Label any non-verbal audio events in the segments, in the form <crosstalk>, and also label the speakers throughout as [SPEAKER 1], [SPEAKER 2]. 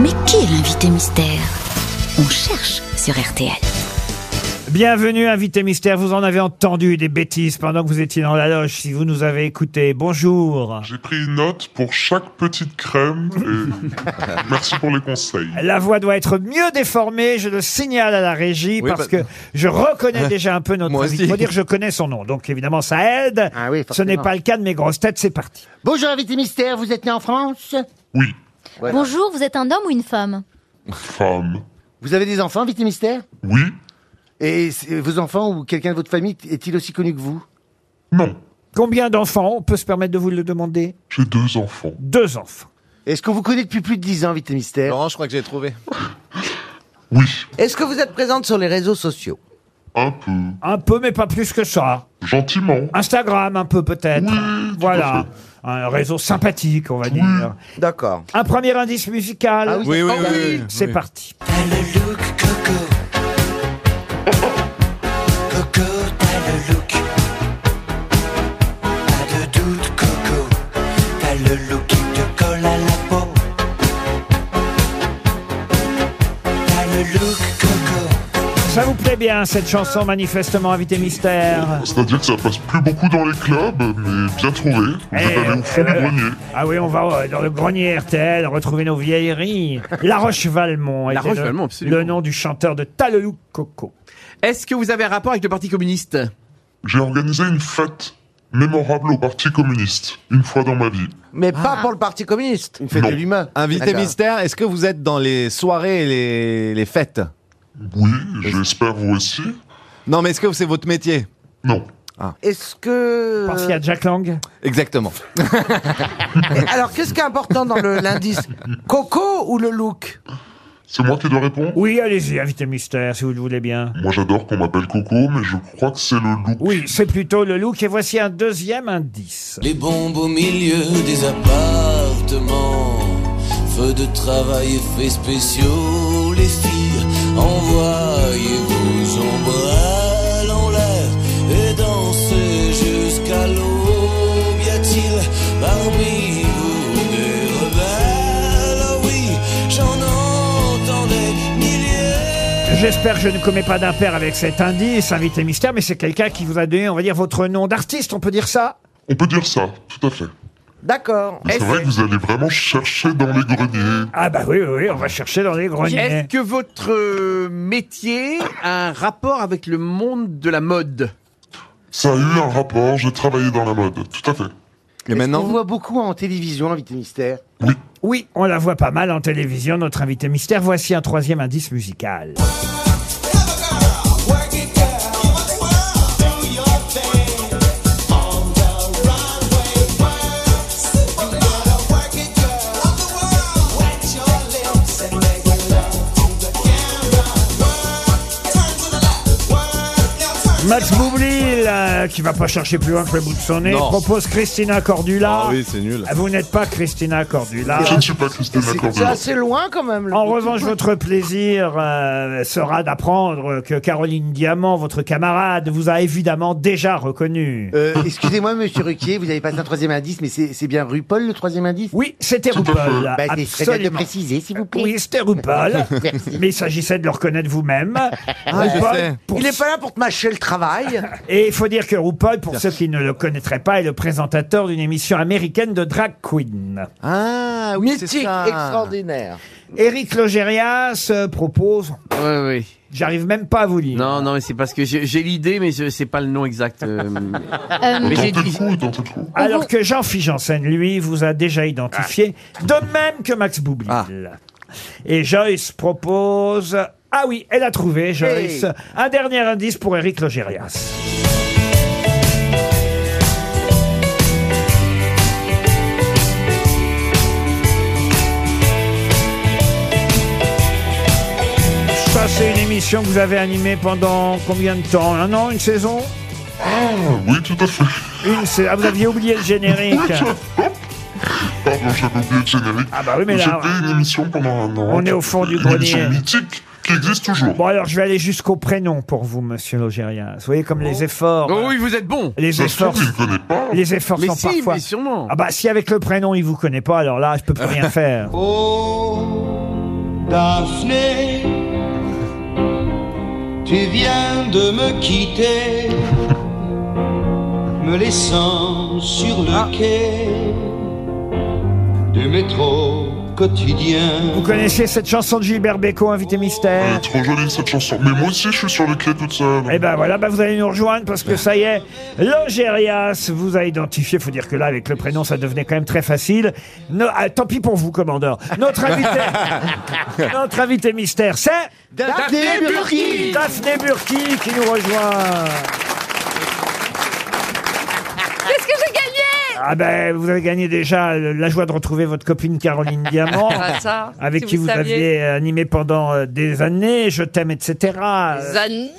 [SPEAKER 1] Mais qui est l'invité mystère On cherche sur RTL.
[SPEAKER 2] Bienvenue, invité mystère. Vous en avez entendu des bêtises pendant que vous étiez dans la loge, si vous nous avez écouté. Bonjour.
[SPEAKER 3] J'ai pris une note pour chaque petite crème et merci pour les conseils.
[SPEAKER 2] La voix doit être mieux déformée, je le signale à la régie,
[SPEAKER 4] Oui,
[SPEAKER 2] parce
[SPEAKER 4] bah-
[SPEAKER 2] que je reconnais déjà un peu notre
[SPEAKER 4] Moi
[SPEAKER 2] invité.
[SPEAKER 4] aussi.
[SPEAKER 2] Faut dire, je connais son nom, donc évidemment, ça aide.
[SPEAKER 5] Ah oui,
[SPEAKER 2] Ce
[SPEAKER 5] forcément.
[SPEAKER 2] n'est pas le cas de mes grosses têtes, c'est parti.
[SPEAKER 5] Bonjour, invité mystère, vous êtes né en France
[SPEAKER 3] Oui,
[SPEAKER 5] Voilà.
[SPEAKER 6] Bonjour, vous êtes un homme ou une femme
[SPEAKER 3] femme.
[SPEAKER 5] Vous avez des enfants, invité mystère
[SPEAKER 3] Oui,
[SPEAKER 5] Et c'est- euh, vos enfants ou quelqu'un de votre famille est-il aussi connu que vous
[SPEAKER 3] non.
[SPEAKER 2] Combien d'enfants On peut se permettre de vous le demander
[SPEAKER 3] J'ai deux enfants.
[SPEAKER 2] Deux enfants.
[SPEAKER 5] Est-ce qu'on vous connaît depuis plus de 10 ans, invité mystère
[SPEAKER 4] Laurent, je crois que j'ai trouvé.
[SPEAKER 3] Oui,
[SPEAKER 7] Est-ce que vous êtes présente sur les réseaux sociaux
[SPEAKER 3] un peu.
[SPEAKER 2] Un peu, mais pas plus que ça.
[SPEAKER 3] Gentiment.
[SPEAKER 2] Instagram, un peu peut-être. voilà. Un réseau sympathique, on va dire.
[SPEAKER 7] D'accord.
[SPEAKER 2] Un premier indice musical.
[SPEAKER 5] Ah
[SPEAKER 4] Oui,
[SPEAKER 5] oui,
[SPEAKER 4] oui, oui. oui.
[SPEAKER 2] C'est
[SPEAKER 4] Oui.
[SPEAKER 2] parti. Ça vous plaît bien cette chanson, manifestement invité mystère
[SPEAKER 3] C'est-à-dire que ça passe plus beaucoup dans les clubs, mais bien trouvé. Vous êtes allé au fond du grenier.
[SPEAKER 2] Ah oui, on va euh, dans le grenier RTL retrouver nos vieilleries. La Roche-Valmont
[SPEAKER 4] La
[SPEAKER 2] était
[SPEAKER 4] Roche-Valmont,
[SPEAKER 2] le,
[SPEAKER 4] absolument.
[SPEAKER 2] le nom du chanteur de Taleloup Coco.
[SPEAKER 8] Est-ce que vous avez un rapport avec le Parti communiste
[SPEAKER 3] J'ai organisé une fête mémorable au Parti communiste, une fois dans ma vie.
[SPEAKER 7] Mais
[SPEAKER 5] Ah.
[SPEAKER 7] pas pour le Parti communiste.
[SPEAKER 5] Une fête
[SPEAKER 3] Non.
[SPEAKER 5] de l'humain.
[SPEAKER 4] Invité
[SPEAKER 5] D'accord.
[SPEAKER 4] mystère, est-ce que vous êtes dans les soirées et les, les fêtes
[SPEAKER 3] Oui, j'espère vous aussi.
[SPEAKER 4] Non, mais est-ce que c'est votre métier
[SPEAKER 3] Non.
[SPEAKER 7] Est-ce que...
[SPEAKER 2] Pensez à Jack Lang.
[SPEAKER 4] Exactement.
[SPEAKER 7] Et Alors, qu'est-ce qui est important dans le- l'indice Coco ou le look
[SPEAKER 3] C'est moi qui dois répondre
[SPEAKER 2] Oui, allez-y, invité mystère, si vous le voulez bien.
[SPEAKER 3] Moi j'adore qu'on m'appelle Coco, mais je crois que c'est le look.
[SPEAKER 2] Oui, c'est plutôt le look. Et voici un deuxième indice.
[SPEAKER 9] Les bombes au milieu des appartements, feu de travail, effets spéciaux, les filles, envoyez vos ombrelles en l'air et dansez jusqu'à l'aube. Y a-t-il parmi vous des rebelles Ah oui, j'en entends des milliers.
[SPEAKER 2] J'espère que je ne commets pas d'impair avec cet indice, invité mystère, mais c'est quelqu'un qui vous a donné, on va dire, votre nom d'artiste, on peut dire ça
[SPEAKER 3] On peut dire ça, tout à fait.
[SPEAKER 7] D'accord.
[SPEAKER 3] Mais c'est vrai que vous allez vraiment chercher dans les greniers.
[SPEAKER 2] Ah bah oui, oui, oui, on va chercher dans les greniers.
[SPEAKER 8] Est-ce que votre euh, métier a un rapport avec le monde de la mode
[SPEAKER 3] Ça a eu un rapport, j'ai travaillé dans la mode, tout à fait.
[SPEAKER 4] Et
[SPEAKER 5] On
[SPEAKER 4] maintenant
[SPEAKER 5] voit beaucoup en télévision, invité mystère.
[SPEAKER 2] Oui, on la voit pas mal en télévision, notre invité mystère. Voici un troisième indice musical. Max Boublil, euh, qui va pas chercher plus loin que le bout de son nez,
[SPEAKER 4] Non.
[SPEAKER 2] propose Christina Cordula.
[SPEAKER 4] Ah oui, c'est nul.
[SPEAKER 2] Vous n'êtes pas Christina Cordula.
[SPEAKER 3] Je ne suis pas Christina
[SPEAKER 7] C'est
[SPEAKER 3] Cordula.
[SPEAKER 7] assez loin quand même. le
[SPEAKER 2] En
[SPEAKER 7] look.
[SPEAKER 2] revanche, votre plaisir euh, sera d'apprendre que Caroline Diamant, votre camarade, vous a évidemment déjà reconnu.
[SPEAKER 5] Euh, Excusez-moi, monsieur Ruquier, vous avez passé un troisième indice, mais c'est c'est bien RuPaul le troisième indice
[SPEAKER 2] Oui, c'était
[SPEAKER 3] Tout à
[SPEAKER 2] RuPaul.
[SPEAKER 3] fait.
[SPEAKER 5] Bah, c'est très bien de le
[SPEAKER 2] Ah, absolument.
[SPEAKER 5] préciser, s'il vous plaît.
[SPEAKER 2] Oui, c'était RuPaul.
[SPEAKER 5] Merci.
[SPEAKER 2] Mais il s'agissait de le reconnaître vous-même.
[SPEAKER 4] je
[SPEAKER 2] RuPaul,
[SPEAKER 4] sais.
[SPEAKER 2] pour-
[SPEAKER 7] Il n'est pas là pour te mâcher le travail.
[SPEAKER 2] Et il faut dire que RuPaul, pour ceux qui ne le connaîtraient pas, est le présentateur d'une émission américaine de drag queen.
[SPEAKER 4] Ah, oui, c'est
[SPEAKER 7] Mythique,
[SPEAKER 4] ça.
[SPEAKER 7] extraordinaire.
[SPEAKER 2] Eric Logérias euh, propose...
[SPEAKER 8] Oui, oui.
[SPEAKER 2] J'arrive même pas à vous lire.
[SPEAKER 8] Non, non, mais c'est parce que j'ai j'ai l'idée, mais je sais pas le nom exact.
[SPEAKER 5] <laughs>
[SPEAKER 8] euh,
[SPEAKER 6] Euh,
[SPEAKER 3] Tentez
[SPEAKER 8] mais j'ai
[SPEAKER 3] le
[SPEAKER 8] dit.
[SPEAKER 3] coup, tentez le coup.
[SPEAKER 2] Alors que Jean-Philippe Janssen, lui, vous a déjà identifié, de même que Max Boublil.
[SPEAKER 4] Ah.
[SPEAKER 2] Et Joyce propose... Ah oui, elle a trouvé, Joyce.
[SPEAKER 7] Hey.
[SPEAKER 2] Un dernier indice pour Eric Logérias. Ça, c'est une émission que vous avez animée pendant combien de temps Un an Une saison
[SPEAKER 3] Ah oui, tout à fait.
[SPEAKER 2] Une saison. Ah, vous aviez oublié le générique.
[SPEAKER 3] Pardon, j'avais oublié le générique.
[SPEAKER 2] Ah bah oui, mais
[SPEAKER 3] J'ai
[SPEAKER 2] là,
[SPEAKER 3] fait une émission pendant un an.
[SPEAKER 2] on est au fond du
[SPEAKER 3] Une
[SPEAKER 2] grenier.
[SPEAKER 3] émission mythique qui existe toujours.
[SPEAKER 2] Bon, alors, je vais aller jusqu'au prénom pour vous, monsieur Logérias. Vous voyez, comme les efforts...
[SPEAKER 8] Oh oui, vous êtes bon.
[SPEAKER 2] Les
[SPEAKER 3] Ça se
[SPEAKER 2] efforts,
[SPEAKER 3] trouve, il ne connaît pas.
[SPEAKER 2] les efforts
[SPEAKER 8] Mais
[SPEAKER 2] sont
[SPEAKER 8] si,
[SPEAKER 2] parfois...
[SPEAKER 8] mais sûrement. <laughs>
[SPEAKER 2] Ah bah, si avec le prénom, il vous connaît pas, alors là, je peux plus rien faire.
[SPEAKER 9] Oh, Daphné, tu viens de me quitter, me laissant sur le quai du métro quotidien.
[SPEAKER 2] Vous connaissez cette chanson de Gilbert Bécaud, Invité
[SPEAKER 3] Elle est
[SPEAKER 2] Mystère
[SPEAKER 3] trop jolie cette chanson. Mais moi aussi, je suis sur le quai toute seule.
[SPEAKER 2] Eh ben voilà, ben vous allez nous rejoindre parce que ça y est, Logérias vous a identifié. Faut dire que là, avec le prénom, ça devenait quand même très facile. No- ah, tant pis pour vous, commandeur. Notre
[SPEAKER 5] <laughs>
[SPEAKER 2] invité, notre invité mystère, c'est
[SPEAKER 5] Daphné Burki
[SPEAKER 2] Daphné Burki qui nous rejoint.
[SPEAKER 6] Qu'est-ce que j'ai gagné
[SPEAKER 2] Ah ben, vous avez gagné déjà le- la joie de retrouver votre copine Caroline
[SPEAKER 6] <laughs>
[SPEAKER 2] Diamant.
[SPEAKER 6] Ah, ça,
[SPEAKER 2] Avec
[SPEAKER 6] si
[SPEAKER 2] qui vous, aviez animé pendant euh, des années, je t'aime, etc. Euh,
[SPEAKER 6] Des années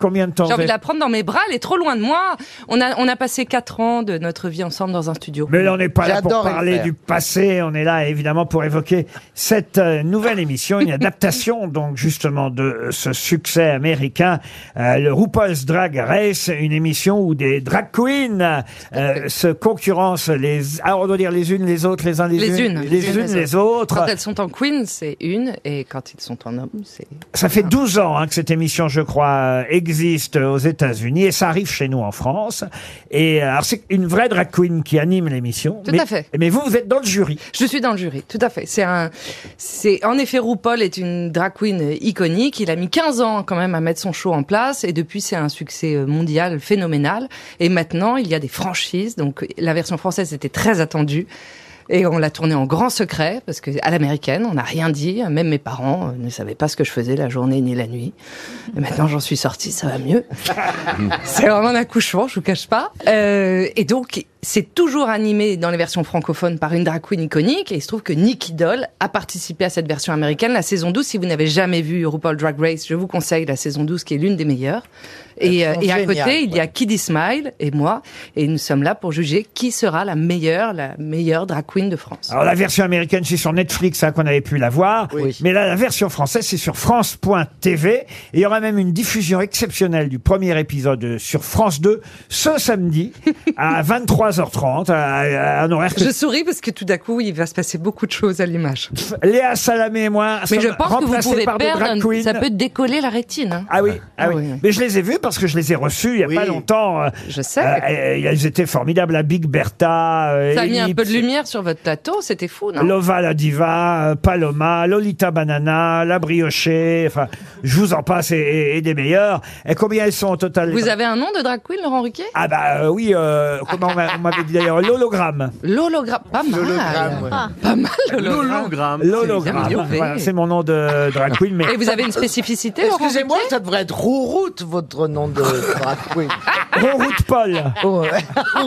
[SPEAKER 2] Combien de temps
[SPEAKER 6] J'ai
[SPEAKER 2] vous
[SPEAKER 6] envie de
[SPEAKER 2] avez-
[SPEAKER 6] la prendre dans mes bras, elle est trop loin de moi. On a, on a passé 4 ans de notre vie ensemble dans un studio.
[SPEAKER 2] Mais on n'est pas là pour
[SPEAKER 5] J'adore le
[SPEAKER 2] parler
[SPEAKER 5] faire.
[SPEAKER 2] du passé, on est là évidemment pour évoquer cette euh, nouvelle émission,
[SPEAKER 5] <laughs>
[SPEAKER 2] une adaptation donc justement de euh, ce succès américain, euh, le RuPaul's Drag Race, une émission où des drag queens euh, se concurrencent les, ah, on doit dire les unes les autres, les uns les,
[SPEAKER 6] Les
[SPEAKER 2] unes,
[SPEAKER 6] unes.
[SPEAKER 2] les unes les autres.
[SPEAKER 6] Quand elles sont en queen, c'est une, et quand ils sont en homme, c'est...
[SPEAKER 2] Ça fait 12 ans hein, que cette émission, je crois, euh, existe aux États-Unis et ça arrive chez nous en France. Et euh, alors c'est une vraie drag queen qui anime l'émission.
[SPEAKER 6] Tout
[SPEAKER 2] mais-
[SPEAKER 6] à fait.
[SPEAKER 2] Mais vous, vous êtes dans le jury.
[SPEAKER 6] Je suis dans le jury, tout à fait. C'est un, c'est en effet RuPaul est une drag queen iconique. Il a mis 15 ans quand même à mettre son show en place et depuis c'est un succès mondial phénoménal. Et maintenant il y a des franchises. Donc la version française était très attendue. Et on l'a tournée en grand secret parce que à l'américaine on n'a rien dit. Même mes parents euh, ne savaient pas ce que je faisais la journée ni la nuit. Et maintenant j'en suis sortie, ça va mieux. C'est vraiment un accouchement, je vous cache pas. Euh, et donc, c'est toujours animé dans les versions francophones par une drag queen iconique. Et il se trouve que Nicky Doll a participé à cette version américaine, la saison 12. Si vous n'avez jamais vu RuPaul Drag Race, je vous conseille la saison 12 qui est l'une des meilleures. Et, euh, et à côté, il y a Kiddy Smile et moi. Et nous sommes là pour juger qui sera la meilleure, la meilleure drag queen de France.
[SPEAKER 2] Alors la version américaine, c'est sur Netflix hein, qu'on avait pu la voir.
[SPEAKER 5] Oui.
[SPEAKER 2] Mais là, la version française, c'est sur France.tv. Et il y aura même une diffusion exceptionnelle du premier épisode euh, sur France 2 ce samedi
[SPEAKER 6] <laughs>
[SPEAKER 2] à 23h30, à, à un horaire que
[SPEAKER 6] Je souris parce que tout d'un coup, il va se passer beaucoup de choses à l'image.
[SPEAKER 2] Ah, Léa Salamé et moi sommes
[SPEAKER 6] Mais je pense que vous
[SPEAKER 2] remplacés
[SPEAKER 6] pouvez
[SPEAKER 2] par des drag
[SPEAKER 6] perdre,
[SPEAKER 2] queens.
[SPEAKER 6] ça peut décoller la rétine. hein.
[SPEAKER 2] Ah oui, ah
[SPEAKER 6] Ah
[SPEAKER 2] oui.
[SPEAKER 6] oui, oui.
[SPEAKER 2] Mais je les ai vus parce que je les ai reçus il n'y a
[SPEAKER 5] Oui.
[SPEAKER 2] pas longtemps. euh,
[SPEAKER 6] Je sais.
[SPEAKER 2] euh, et- et ils étaient formidables, la Big Bertha. euh,
[SPEAKER 6] Ça a mis un
[SPEAKER 2] Ellipse,
[SPEAKER 6] peu de lumière sur votre plateau, c'était fou, non
[SPEAKER 2] Lova la Diva, euh, Paloma, Lolita Banana, La Briochée, enfin, je vous en passe et, et- et des meilleurs. Et combien elles sont au total les
[SPEAKER 6] Vous
[SPEAKER 2] drag-
[SPEAKER 6] avez un nom de drag queen, Laurent Ruquier
[SPEAKER 2] Ah bah euh, oui, euh, comment on m'a- on m'avait dit d'ailleurs, l'hologramme.
[SPEAKER 6] L'hologramme, pas mal. Ah.
[SPEAKER 5] L'hologramme, ouais.
[SPEAKER 6] Pas <laughs> mal,
[SPEAKER 8] L'hologramme.
[SPEAKER 6] l'hologramme. C'est bien
[SPEAKER 2] L'hologramme,
[SPEAKER 6] fait.
[SPEAKER 2] Voilà, c'est mon nom de drag queen, mais
[SPEAKER 6] Et vous avez une spécificité, Laurent
[SPEAKER 7] Excusez-moi, ça devrait être Rouroute, votre
[SPEAKER 8] <laughs>
[SPEAKER 7] nom de drag queen.
[SPEAKER 2] <laughs> Roroute Paul.
[SPEAKER 6] Oh,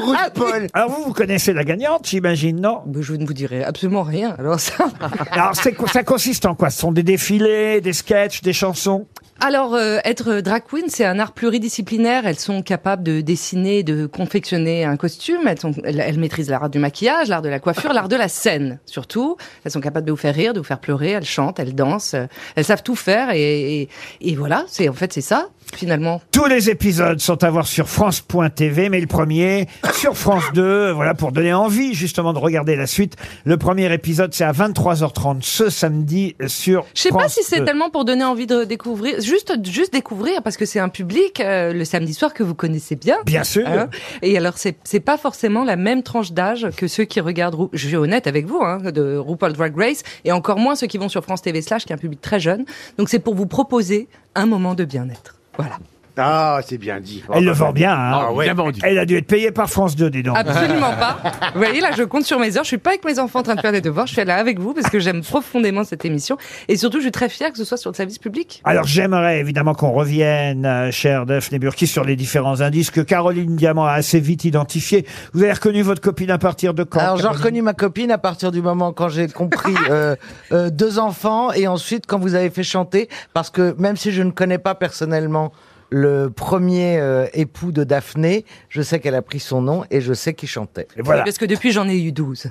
[SPEAKER 5] Rouge Paul
[SPEAKER 2] Alors vous, vous connaissez la gagnante, j'imagine, non
[SPEAKER 6] Ruquier Je ne vous dirai absolument rien, alors ça...
[SPEAKER 2] Alors c'est quoi- ça consiste en quoi Ce sont des défilés, des sketchs, des chansons
[SPEAKER 6] Alors, euh, être drag queen, c'est un art pluridisciplinaire. Elles sont capables de dessiner, de confectionner un costume. Elles, sont- elles- elles maîtrisent l'art du maquillage, l'art de la coiffure, l'art de la scène, surtout. Elles sont capables de vous faire rire, de vous faire pleurer. Elles chantent, elles dansent. euh, Elles savent tout faire. Et, et- et voilà, c'est en fait, c'est ça, finalement.
[SPEAKER 2] Tous les épisodes sont à voir sur France.tv, mais le premier sur France 2, voilà, pour donner envie justement de regarder la suite. Le premier épisode, c'est à 23h30 ce samedi sur
[SPEAKER 6] Je sais pas
[SPEAKER 2] France
[SPEAKER 6] si c'est
[SPEAKER 2] 2.
[SPEAKER 6] tellement pour donner envie de découvrir, juste juste découvrir parce que c'est un public euh, le samedi soir que vous connaissez bien.
[SPEAKER 2] Bien sûr.
[SPEAKER 6] hein. Et alors c'est c'est pas forcément la même tranche d'âge que ceux qui regardent. Ru- Je suis honnête avec vous, hein, de RuPaul Drag Race et encore moins ceux qui vont sur France TV slash qui est un public très jeune. Donc c'est pour vous proposer un moment de bien-être. Voilà.
[SPEAKER 5] Ah, c'est bien dit.
[SPEAKER 2] Elle le vend bien, hein.
[SPEAKER 8] Ah, bien vendu.
[SPEAKER 2] Elle a dû être payée par France 2, dis donc. <laughs>
[SPEAKER 6] Absolument pas. Vous voyez, là, je compte sur mes heures. Je suis pas avec mes enfants en train de faire des devoirs. Je suis là avec vous parce que j'aime profondément cette émission. Et surtout, je suis très fière que ce soit sur le service public.
[SPEAKER 2] Alors j'aimerais évidemment qu'on revienne, euh, cher Daphné Burki, sur les différents indices que Caroline Diamant a assez vite identifiés. Vous avez reconnu votre copine à partir de quand
[SPEAKER 7] Alors j'ai
[SPEAKER 2] Caroline
[SPEAKER 7] reconnu ma copine à partir du moment quand j'ai compris euh, euh, deux enfants et ensuite quand vous avez fait chanter parce que même si je ne connais pas personnellement le premier euh, époux de Daphné. Je sais qu'elle a pris son nom et je sais qu'il chantait.
[SPEAKER 2] Et voilà.
[SPEAKER 6] Parce que depuis, j'en ai eu 12.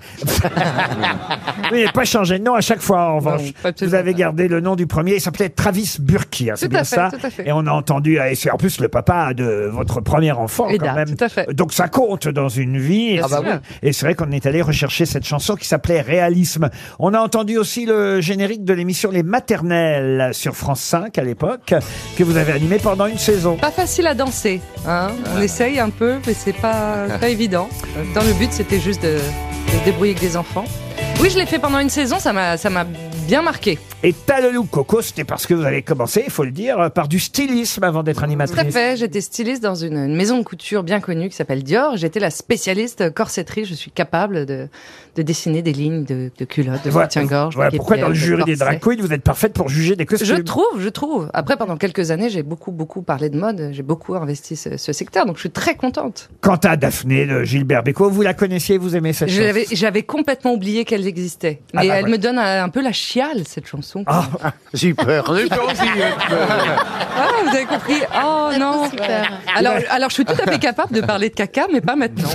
[SPEAKER 2] Vous n'avez pas changé de nom à chaque fois, en revanche.
[SPEAKER 6] pas absolument
[SPEAKER 2] vous avez
[SPEAKER 6] pas.
[SPEAKER 2] gardé le nom du premier. Il s'appelait Travis Burki, hein, c'est
[SPEAKER 6] Tout
[SPEAKER 2] bien
[SPEAKER 6] à fait,
[SPEAKER 2] ça.
[SPEAKER 6] tout à fait.
[SPEAKER 2] Et on a entendu, ah, et c'est en plus le papa de votre premier enfant,
[SPEAKER 6] Et
[SPEAKER 2] quand
[SPEAKER 6] date,
[SPEAKER 2] même. Euh,
[SPEAKER 6] tout à fait.
[SPEAKER 2] Donc ça compte dans une vie. Et
[SPEAKER 6] Bien
[SPEAKER 2] c'est-
[SPEAKER 6] sûr. Ah bah
[SPEAKER 2] Et c'est vrai qu'on est allé rechercher cette chanson qui s'appelait Réalisme. On a entendu aussi le générique de l'émission Les Maternelles sur France 5 à l'époque, que vous avez animé pendant une saison.
[SPEAKER 6] Pas facile à danser. Hein On essaye un peu, mais
[SPEAKER 2] <laughs>
[SPEAKER 6] c'est pas, pas évident. Dans le but, c'était juste de, de se débrouiller avec des enfants. Oui, je l'ai fait pendant une saison, ça m'a ça m'a bien marqué.
[SPEAKER 2] Et Talelou Coco, c'était parce que vous avez commencé, il faut le dire, par du stylisme avant d'être
[SPEAKER 6] Tout à
[SPEAKER 2] animatrice.
[SPEAKER 6] fait, j'étais styliste dans une, une maison de couture bien connue qui s'appelle Dior. J'étais la spécialiste corsetterie. Je suis capable de, de dessiner des lignes de, de culottes, de
[SPEAKER 2] Voilà,
[SPEAKER 6] soutien-gorge. de
[SPEAKER 2] voilà pourquoi
[SPEAKER 6] guêpières,
[SPEAKER 2] dans le
[SPEAKER 6] de
[SPEAKER 2] jury des
[SPEAKER 6] corsets.
[SPEAKER 2] drag queens, vous êtes parfaite pour juger des costumes.
[SPEAKER 6] euh, Je trouve, je trouve. Après, pendant quelques années, j'ai beaucoup, beaucoup parlé de mode. J'ai beaucoup investi ce, ce secteur, donc je suis très contente.
[SPEAKER 2] Quant à Daphné de Gilbert Bécaud, vous la connaissiez, vous aimez cette
[SPEAKER 6] Je
[SPEAKER 2] chanson
[SPEAKER 6] l'avais- J'avais complètement oublié qu'elle existait.
[SPEAKER 2] Ah
[SPEAKER 6] Mais
[SPEAKER 2] bah
[SPEAKER 6] elle
[SPEAKER 2] ouais.
[SPEAKER 6] me donne un, un peu la chiale, cette chanson.
[SPEAKER 2] Ah,
[SPEAKER 5] J'ai eu peur.
[SPEAKER 6] Ah, vous avez compris Oh non alors, alors, je suis tout à fait capable de parler de caca, mais pas maintenant.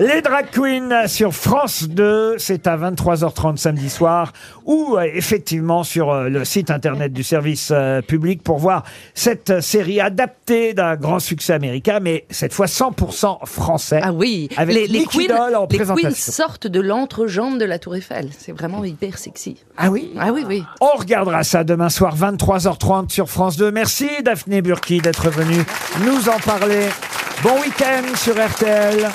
[SPEAKER 2] les drag queens sur France 2, c'est à 23h30 samedi soir, ou euh, effectivement sur euh, le site internet du service euh, public pour voir cette euh, série adaptée d'un grand succès américain, mais cette fois 100% français.
[SPEAKER 6] Ah oui,
[SPEAKER 2] Avec
[SPEAKER 6] les, les
[SPEAKER 2] Nicky Doll en
[SPEAKER 6] queens, les
[SPEAKER 2] présentation.
[SPEAKER 6] queens sortent de l'entrejambe de la Tour Eiffel. C'est vraiment hyper sexy.
[SPEAKER 2] Ah oui
[SPEAKER 6] Ah oui, oui.
[SPEAKER 2] On regardera ça demain soir 23h30 sur France 2. Merci Daphné Burki d'être venue nous en parler. Bon week-end sur RTL.